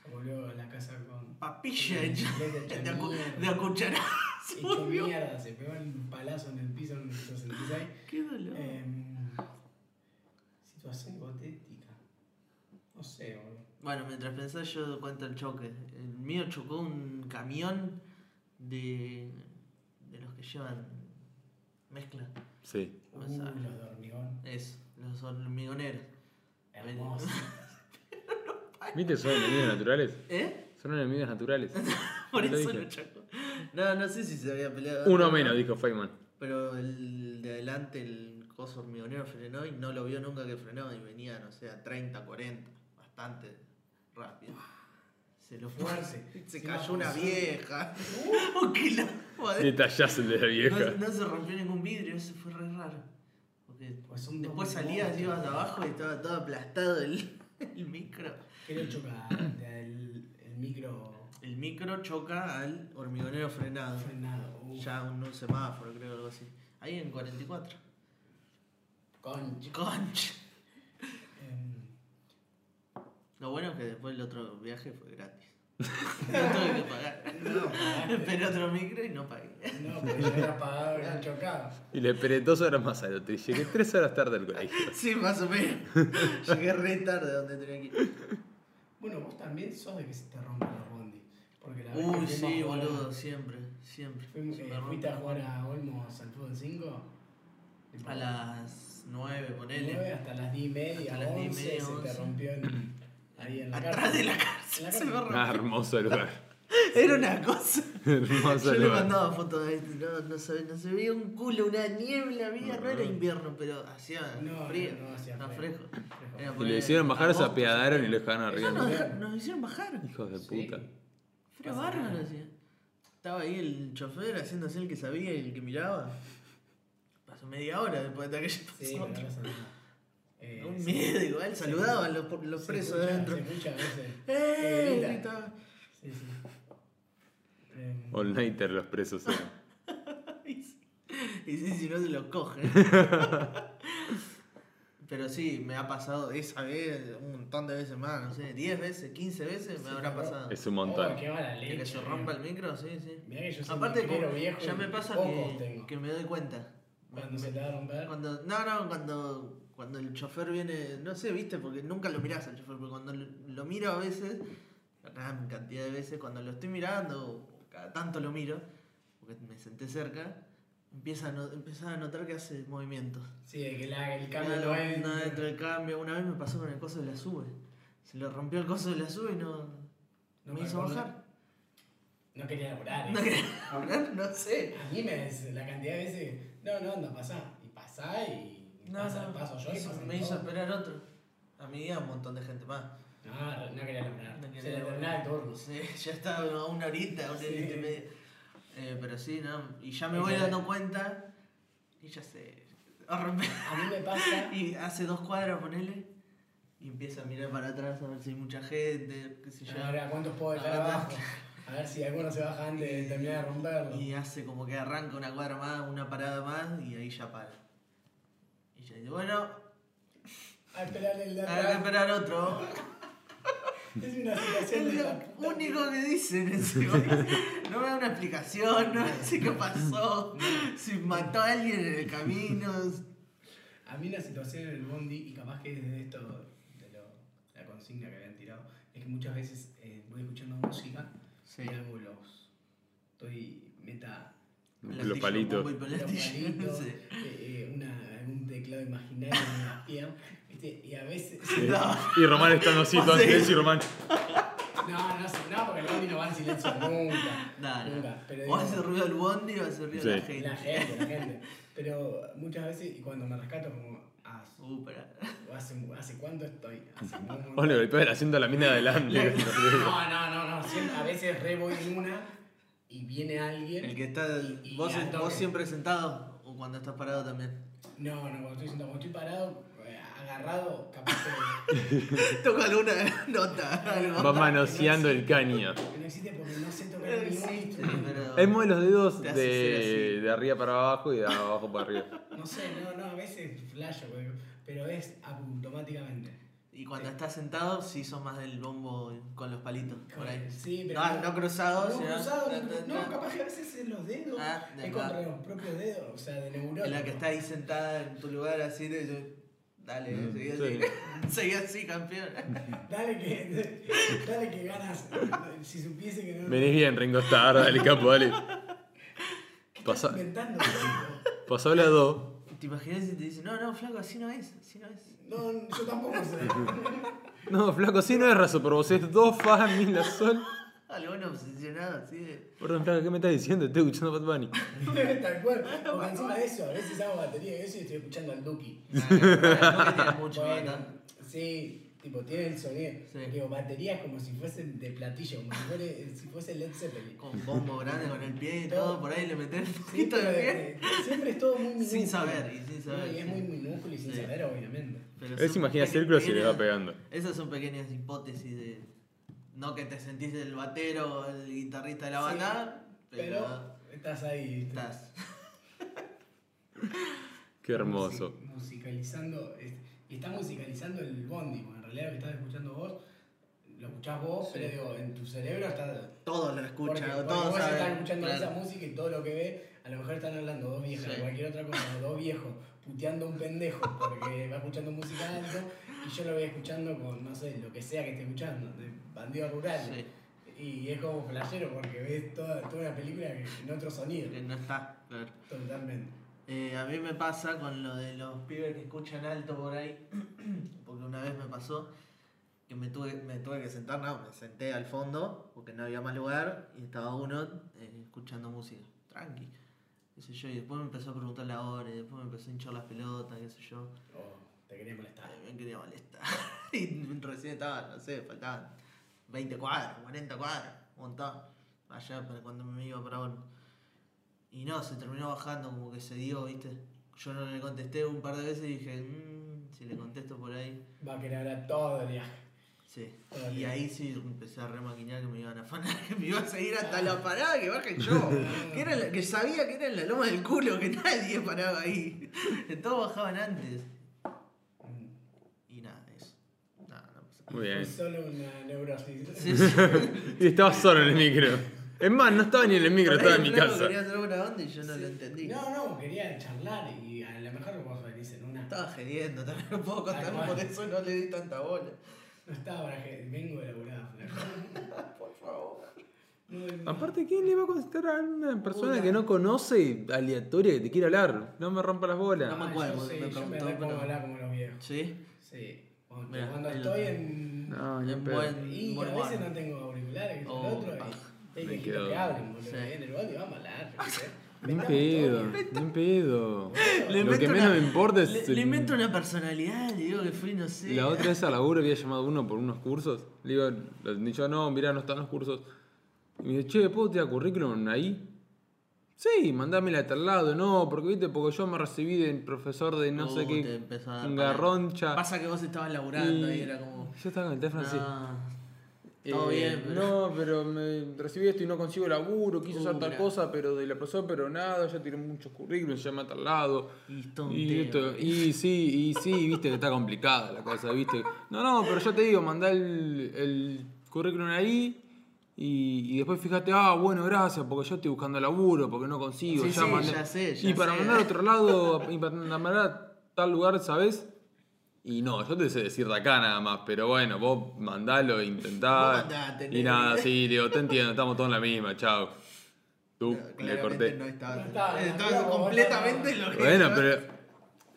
se volvió a la casa
*laughs*
con.
Papilla
Sí,
hecha.
bicicleta
De
hecha
acu-
mierda.
de acucharar.
Hecho mierda, se pegó el palazo en el piso en el 66.
*laughs* Qué dolor.
Em, situación hipotética. No sé, boludo.
Bueno, mientras pensás yo cuento el choque. El mío chocó un camión de, de los que llevan mezcla.
Sí.
No sabe.
Uh, los de hormigón.
Eso, los hormigoneros. *laughs*
Hermoso.
¿Viste? Son enemigos naturales.
¿Eh? *laughs*
Son enemigos naturales.
Por
Lo
eso
dije.
lo chocó. No, no sé si se había peleado.
Uno menos, dijo Feynman.
Pero el de adelante, el coso hormigonero frenó y no lo vio nunca que frenó y venía, no sé, a 30, 40, bastante rápido. Se lo fue.
Fuerte.
Se
Sí,
cayó
no,
una
sí.
vieja. *laughs*
Uh.
Un quilombo adentro.
Detallazo el de la vieja.
No, no se rompió ningún vidrio, eso fue re raro. Porque
Pues un
después
doble
salías,
monstruo.
ibas abajo y estaba todo aplastado el, *laughs* el micro.
Quiero chocar el, el micro
El micro choca al hormigonero frenado.
frenado. Uh,
Ya un, un semáforo, creo, algo así. Ahí en 44.
Concha.
Concha.
Em,
Lo bueno es que después el otro viaje fue gratis. *laughs* No tuve que pagar. *laughs*
no, pará,
Esperé otro micro y no pagué. *laughs*
no, porque yo había pagado y no chocaba.
Y le esperé dos horas más al otro y llegué tres horas tarde
*laughs*
al colegio.
Sí, más o menos. *laughs* Llegué re tarde donde tenía que ir.
Bueno, vos también sos de que se te rompen los bondis. Porque la vez que
Uy,
fuimos
sí,
a jugar-
boludo, siempre, siempre.
Fuimos,
Se
eh,
me rompe.
fuiste a jugar a Olmos al fútbol 5.
A las 9,
nueve
ponele.
hasta las 10 y media,
Hasta las 10 y
11,
media,
se te
11.
rompió en, ahí en la
Atrás de la
En la
cárcel se
cárcel.
me rompió.
Ah, hermoso lugar.
*laughs* Era una
*laughs*
cosa. Yo
hermoso
le
lugar.
mandaba fotos de esto, no, no, se, no se veía un culo, una niebla, había, no era invierno, pero hacía
No,
frío,
no, no hacía
estaba
frío.
fresco.
Fresco.
Era
Y
poner
lo hicieron bajar, se
agosto.
apiadaron y lo dejaron
Ellos nos,
arriba.
deja- nos hicieron bajar,
Hijos de
Sí.
puta.
frío
Pasa
bárbaro.
nada.
hacía. Estaba ahí el chofer haciéndose el que sabía y el que miraba. Pasó media hora después de aquella
Sí,
pasó
no
otra.
pasa nada. Eh,
Un
se-
miedo igual,
se-
saludaban los, los
se
presos
escucha-
adentro.
Se escucha a veces. *laughs*
¡Eh!
Grita.
Gritaba.
Sí, sí. Em,
All nighter los presos eran.
Y sí, y sí, si no se lo
*laughs*
coge. Pero sí, me ha pasado esa vez, un montón de veces más, no sé, 10 veces, 15 veces me
Sí,
habrá
claro.
pasado.
Es un
Oh,
montón.
qué mala
Que,
leche. eh.
se rompa el micro, sí, sí.
Mirá que yo soy
Aparte,
micrero
como-
viejo
ya
y
me pasa
pocos
que,
tengo.
que me doy cuenta.
Cuando
Me-
se te va a romper.
cuando- no, no, cuando, cuando el chofer viene, no sé, viste, porque nunca lo mirás al chofer, pero cuando lo, lo miro a veces, gran cantidad de veces, cuando lo estoy mirando, o cada tanto lo miro, porque me senté cerca, empieza a, no- empezaba a notar que hace movimientos.
Sí, de que la, el cambio
Una-
no
una
entra.
dentro del cambio, una vez me pasó con el coso de la sube. Se le rompió el coso de la sube y no,
No
me
me
hizo
acuerdo.
bajar.
No quería laburar. eh.
No *laughs* quería hablar, no sé.
A mí me des- la cantidad de veces. No, no, anda, pasá. Y pasá y. y
No,
pasa,
no,
paso yo y
hizo-
pasan
me hizo
todos.
esperar otro. A mí y a un montón de gente más.
No, no quería laburar.
No
Se
quería
le terminaba el turno.
No sé, *laughs* ya estaba a una horita, una
Sí.
horita y media. Eh, pero sí, ¿no? Y ya me
Y
voy
ya-
dando cuenta. Y ya se. rompe.
A mí me pasa.
*laughs* Y hace dos cuadras, ponele. Y empieza a mirar para atrás a ver si hay mucha gente, qué sé yo.
Ahora, ¿cuántos puedo dejar
Ahora-
abajo? A ver si alguno se baja antes de terminar de romperlo.
Y hace como que arranca una cuadra más, una parada más, y ahí ya para. Y ya dice, bueno,
A esperar el de
habrá que
atrás.
esperar otro.
Es una situación
Es lo
de la puta.
único que dicen ese *laughs* güey. No me da una explicación, no sé qué pasó, si mató a alguien en el camino.
A mí la situación en el bondi, y capaz que es de esto, de lo, la consigna que habían tirado, es que muchas veces eh, voy escuchando música
Sí.
y hago los... Estoy meta...
Los palitos.
los palitos,
Sí.
eh, eh, una, algún teclado imaginario en la pierna, ¿viste? Y a veces...
No.
Y Román está así, todo en
Sí.
silencio y Román.
No, no, sé, no, porque el bondi no va en silencio nunca.
No, no.
Nunca. Pero
O
digo,
hace ruido el bondi o hace ruido la
Sí.
gente.
la gente, la gente. Pero muchas veces, y cuando me rescato, como... ah,
Uh, pará.
¿Hace, hace cuánto estoy? Hace un montón.
Vos le golpeás el asiento a la mina de
*laughs*
*laughs*
adelante.
No, no, no, no. siempre- a veces re voy en una y viene alguien.
El que está.
Y- y
vos,
al toque.
vos siempre sentado o cuando estás parado también.
No, no, cuando estoy sentado, cuando estoy parado, eh, agarrado, capaz
*laughs*
que,
*laughs* Toca alguna nota, algo.
Va manoseando el caño.
que no existe porque no sé tocar
No
ningún
existe,
instrumento.
pero-
Él mueve los dedos
Te hace ser
de,
así.
de arriba para abajo y de abajo para arriba.
No sé, no, no, a veces flasho, pero, pero es automáticamente.
Y
Eh.
cuando estás sentado, sí son más del bombo con los palitos. Por ahí.
Eh, Sí, pero.
No, no cruzados.
No,
sino-
cruzado,
ta, ta,
no,
ta.
capaz que a veces en los dedos.
Ah, de
es
acá.
contra los propios dedos, o sea, de neuronas.
En la que está ahí sentada en tu lugar así de yo, Dale,
Mm,
seguí
sí.
así. *laughs* seguí así, campeón. *laughs*
Dale que, *laughs* dale que ganas. Si supiese que no.
Venís bien, Ringo Starr, dale capo, dale.
¿Qué estás
Pasa-
inventando, chico?
Pasó la 2.
¿Te imaginas si te dicen, no, no, flaco, así no es, así no es? *laughs*
No, yo tampoco sé. *laughs*
No, flaco, si no es raso, pero vos es dos fa, mi, la sol.
Alguno obsesionado así de.
Perdón, flaco, ¿qué me estás diciendo? Estoy escuchando Bad Bunny.
Tal cual.
*laughs*
Porque encima de eso, a veces hago batería y eso y estoy escuchando al Duki.
"Nah, No, que tiene mucho, no
Bueno,
tanto".
sí, tipo, tiene el sonido.
Sí.
Digo, baterías como si fuesen de platillo, como si fuese, si fuese Led
*laughs*
Zeppelin.
Con bombo grande, con el pie y
Todo.
todo, por ahí le meter un
Sí,
poquito de
pero,
pie.
eh, siempre es todo muy minúsculo.
Sin saber, y sin saber,
No, y es
sí.
muy minúsculo y sin
Sí.
saber, obviamente.
Pero
Él
son
se imagina
pequeñas-
círculos y le va
pequeñas-
pegando.
Esas son pequeñas hipótesis de. No que te sentís el batero o el guitarrista de la
Sí,
banda,
Pero estás ahí. ¿viste?
estás.
Qué hermoso.
musi- musicalizando, es- y está musicalizando el bondi, porque en realidad lo que estás escuchando vos, lo escuchás vos,
Sí.
pero digo, en tu cerebro está...
Todos lo
Porque,
escuchan,
porque
todos
vos estás
saben.
escuchando
claro.
esa música y todo lo que ve, a lo mejor están hablando dos viejas,
Sí.
o cualquier otra cosa,
*laughs*
o dos viejos, puteando un pendejo porque va escuchando música alto, y yo lo voy escuchando con, no sé, lo que sea que esté escuchando, de bandido rural.
Sí,
Y es como flashero porque ves toda, toda una película que- en otro sonido,
que no está, claro.
totalmente.
Eh, a mí me pasa con lo de los pibes que escuchan alto por ahí, *clears throat* porque una vez me pasó que me tuve, me tuve que sentar, no, me senté al fondo porque no había más lugar y estaba uno eh, escuchando música, tranqui, qué sé yo, y después me empezó a preguntar la hora, y después me empezó a hinchar las pelotas, qué sé yo,
Oh, te quería molestar.
Ay, me quería molestar, *laughs* y recién estaba, no sé, faltaban 20 cuadras, 40 cuadras, un montón, allá para cuando me iba para Olmo. Y no, se terminó bajando, como que se dio, ¿viste? Yo no le contesté un par de veces y dije, "Mm, si le contesto por ahí.
Va a querer hablar todo el viaje.
Sí.
Dale.
Y ahí sí empecé a remaquinear que me iban a afanar, *laughs* que me iba a seguir hasta la parada que baje *laughs* yo. que, era la- que sabía que era en la loma del culo, que *laughs* nadie paraba ahí. Que todos bajaban antes.
Mm.
Y nada, eso. Nada, no pasa nada.
Muy bien.
Es solo una neurosis.
*laughs* Sí, sí.
Y estaba solo en el micro. Es más, no estaba ni en el micro,
Por ahí
estaba en mi
el flaco
casa.
Quería hacer una onda y yo no lo entendí.
No, no, quería charlar y a lo mejor vos venís en una.
Estaba geriendo, también no puedo contar,
Tal cual.
por eso no le di tanta bola.
No estaba para que vengo de laburada, flaco.
*laughs* Por favor.
No, no.
Aparte, ¿quién le va a contestar a una persona
Hola.
que no conoce, aleatoria, que te quiere hablar? No me rompa las bolas.
No me
Ah,
acuerdo,
yo
porque
sí,
me
yo me
preguntó,
repongo
pero-
a hablar como los viejos.
¿Sí?
Sí. Cuando,
Mirá,
cuando
ahí lo
estoy
tengo.
en.
No, ni en
En
pedo.
buen-
y
buen
a veces
guarda.
no tengo auriculares, que es
Oh,
el otro.
pa.
Y, y
Me
que
quedo-
que hablen, boludo. ¿eh?
Sí.
En el bondi vamos a hablar. yo
*laughs*
qué sé.
Ni en
Inventamos
pedo,
todo.
ni en pedo.
Le
Lo que
invento
menos
una-
me importa es
Le,
el-
le invento una personalidad, le digo que fui, no sé.
La otra vez a laburo había llamado uno por unos cursos. Le digo, le dicho, no, mira, no están los cursos. Y me dice, che, ¿puedo tirar currículum ahí? Sí, mandámela a tal lado. No, porque viste, porque yo me recibí de profesor de no
Uh,
sé
te
qué.
empezó a dar
un
para-
garroncha.
Pasa que vos estabas laburando y,
Y
era como.
Yo estaba con el teléfono así.
"Ah, todo bien, pero-
Eh, No, pero me recibí esto y no consigo laburo, quise
Uh,
hacer tal
mirá.
cosa, pero de la profesora, pero nada, ya tiré muchos currículums, llamé a tal lado.
Y
Y,
tonteo.
esto, y sí, y sí, viste que está complicada la cosa, viste. No, no, pero yo te digo, mandá el, el currículum ahí y, y después fíjate, ah, bueno, gracias, porque yo estoy buscando laburo, porque no consigo.
Sí,
ya
sí,
mandé".
ya sé, ya
Y para
sé.
mandar a otro lado, y para mandar a tal lugar, ¿sabes? Y no, yo te sé decir de acá nada más, pero bueno, vos mandalo, intentá.
Vos mandate,
y
negro.
nada, sí, digo, te entiendo, estamos todos en la misma, chao. Tú, le
claramente
corté.
No estaba.
No estaba,
estaba
no,
completamente
no.
lo que.
Bueno, pero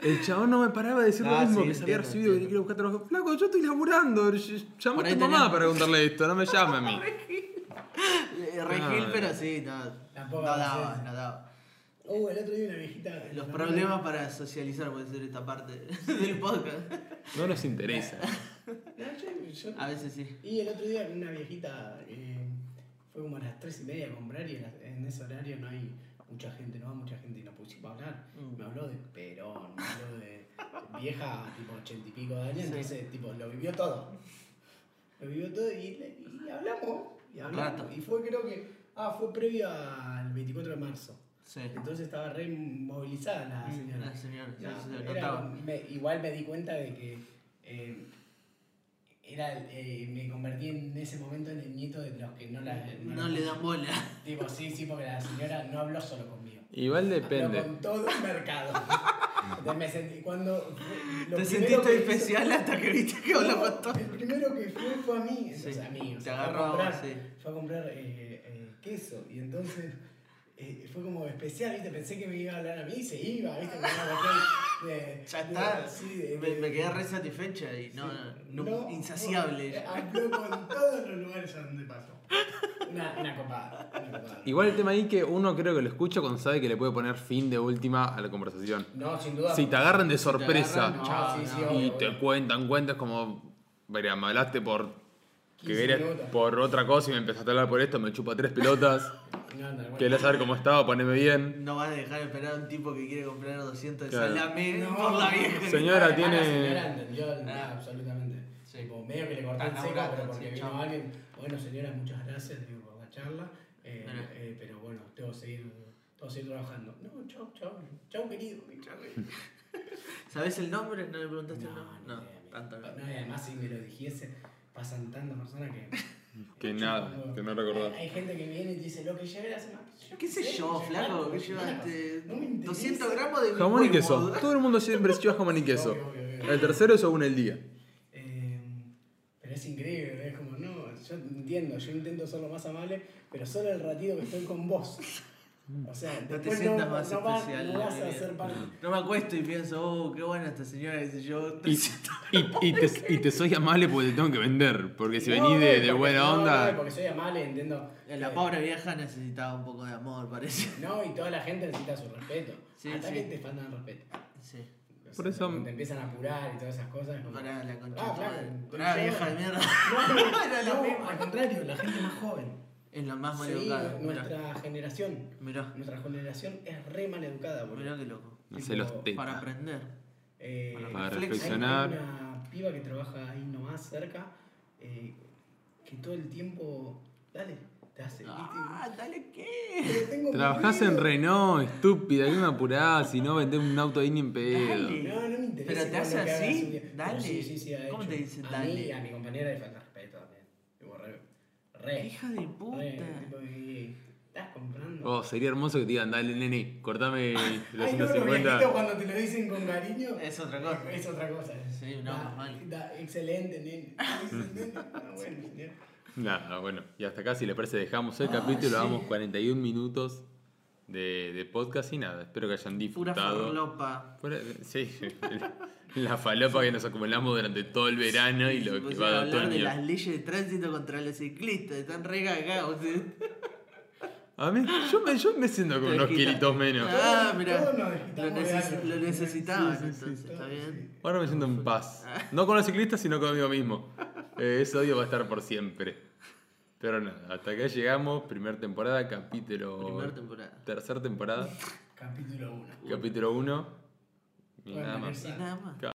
el chabón no me paraba de decir lo
Ah,
mismo,
sí,
que se había
entiendo,
recibido, que
entiendo.
quería buscar trabajo. Flaco, yo estoy laburando, llama
Por
a
ahí
tu mamá
tenés-
para preguntarle esto, no me llame a mí. *laughs*
Eh, Regil,
Ah.
pero sí, no.
Tampoco
no
la
daba,
sé.
no daba.
Uh, el otro día una viejita.
Los problemas para socializar puede ser esta parte *laughs* del podcast.
No nos interesa.
No, yo- yo-
A veces sí.
Y el otro día una viejita eh, fue como a las 3 y media a comprar y en la- en ese horario no hay mucha gente, no va mucha gente y nos pusimos a hablar.
Mm.
Me habló de Perón, me habló de vieja, tipo ochenta y pico de años,
Sí.
entonces tipo lo vivió todo. Lo vivió todo y, le- y hablamos. Y hablamos.
Rato.
Y fue creo que, ah, fue previo al 24 de marzo.
Sí.
Entonces estaba re movilizada la señora.
Mm, La señora, sí,
No,
se
era-
notaba.
me- igual me di cuenta de que eh, era, eh, me convertí en ese momento en el nieto de los que no la.
No le dan bola.
Tipo, sí, sí, porque la señora no habló solo conmigo.
Igual
Habló
depende.
con todo el mercado. Entonces me sentí. Cuando. fue- lo
Te
primero
sentiste
que hizo-
especial hasta que viste que habló
No,
con todo. *laughs*
El primero que fue fue a mí, entonces
Sí,
a mí. o
te
sea, fue a
agarró a vos,
comprar-
sí.
Fue a comprar eh, eh, queso y entonces eh, fue como especial, ¿viste? Pensé que me iba a hablar a mí y se iba, ¿viste? Como una cuestión de-
Ya
de-
está.
sí, de-
me,
de-
me quedé re satisfecha y no, no,
no,
insaciable.
no, eh, ah. Habló con todos los lugares a donde pasó. Una, una copada. una copada.
Igual el tema ahí que uno creo que lo escucha cuando sabe que le puede poner fin de última a la conversación.
No, sin duda.
Si te agarran de
te
sorpresa
agarran,
No, sí, sí,
no.
y
obvio,
te
obvio.
cuentan, cuentas como, verá, me hablaste por... Que
15
querías
minutos.
por otra cosa y me empezaste a hablar por esto, me chupa tres pelotas.
No, no, bueno.
Quería saber cómo estaba, poneme bien.
No vas a dejar de esperar a un tipo que quiere comprar 200 de
Claro.
salame
No.
por la vieja. que
Señora,
está-
Ah,
tiene-
la señora entendió, no,
Ah.
absolutamente.
Sí.
Tipo, medio que le corté el
Está
seco,
laburando,
pero porque
sí,
vino
chao.
alguien. Bueno, señora, muchas gracias digo, por la charla. eh,
Bueno.
eh, pero bueno, tengo que seguir, tengo que seguir trabajando. No, chau, chau. Chau, querido. Chau, querido.
¿Sabés el nombre? ¿No le preguntaste el nombre?
No,
No,
ni idea,
tanto
amigo.
no.
No, y además si me lo dijese, pasan tantas personas que.
*laughs* Que
Yo
nada,
cuando-
que no recordás.
Hay, hay gente que viene y dice lo que llevé la semana. Yo
¿Qué sé yo,
llevé
flaco?
algo,
¿Qué
llevé algo.
llevaste?
No me interesa.
200 gramos de
Jamón y
huevo.
queso. Todo el mundo siempre lleva jamón y queso.
Obvio, obvio, obvio.
El tercero es según el día.
Eh, pero es increíble, es como, no, yo entiendo, yo intento ser lo más amable, pero solo el ratito que estoy con
*laughs*
vos. O sea,
te
después
sientas más
no vas-
especial,
no vas
Daniel.
a ser parte.
No me acuesto y pienso, oh, qué buena esta señora, qué sé yo.
Y, y- y te, y te soy amable porque te tengo que vender. Porque si
No,
venís de, de
porque-
buena
no,
onda.
no, porque soy amable, entiendo.
*laughs* La
que-
pobre vieja necesitaba un poco de amor, parece.
No, y toda la gente necesita su respeto.
Sí,
Hasta
sí.
que te faltan respeto.
Sí.
Por
O sea,
eso-
cuando Te empiezan a apurar y todas esas cosas. como-
Pará,
*laughs*
la concha. de
Ah,
tu
flaco,
madre.
te
Pará,
llevo-
vieja de mierda. *laughs* Era la
*laughs* No, no,
misma.
al contrario, la gente más joven.
Es la más
Sí,
maleducada. Mirá,
nuestra generación.
mirá,
Nuestra generación es re mal educada,
mirá qué loco.
No sé los tetas.
Para aprender.
Eh,
Para
Para
Flex.
reflexionar.
Hay una piba que trabaja ahí nomás cerca eh, que todo el tiempo. Dale, te hace.
Ah, dale qué.
¿viste? Tengo
Trabajás en
cumplido.
Renault, estúpida, que me apurás, si no vendés un auto ahí ni en pedo.
Dale.
No, no me interesa.
Pero te
igual
hace
lo que hagas
así,
un día.
dale.
Pero Sí, sí, sí, ha
¿Cómo
hecho.
te dice
a
dale?
Mí, a mi compañera le falta respeto también. Tipo, re. Re.
Hija de
re,
puta.
tipo, y- Estás comprando.
Oh, sería hermoso que te digan, dale, nene, cortame los
Ay, no, los viejitos
150.
cuando te lo dicen con cariño.
Es otra cosa.
Es otra cosa.
Sí, no,
Da-
más vale.
da-
*laughs*
excelente, nene. Excelente. Ah, bueno, señor.
Nada, bueno, y hasta acá si les parece dejamos
Ah,
el capítulo, damos 41 minutos de, de podcast y nada, espero que hayan
Pura
disfrutado.
farlopa.
Fuera- sí, la falopa que nos acumulamos durante todo el verano y
Se
lo que
pusieron
va
a
de
pues, hablar de
otoño.
las leyes de tránsito contra los ciclistas. Están recagados.
A mí, yo me, yo me siento *laughs* con
Te
unos
quita.
kilitos menos.
Ah,
Todos-
mirá.
todos nos
Lo,
desquitamos de
neces-
algo.
lo necesitaban,
Sí, sí, sí,
entonces.
sí,
¿Está
todos,
bien?
Ahora me siento en paz. No con los ciclistas, sino conmigo mismo. Eh, ese odio va a estar por siempre. Pero nada, hasta acá llegamos. Primer temporada, capítulo.
Primera temporada.
Tercer temporada,
sí. Capítulo 1.
capítulo 1. Y nada más.
Y nada más.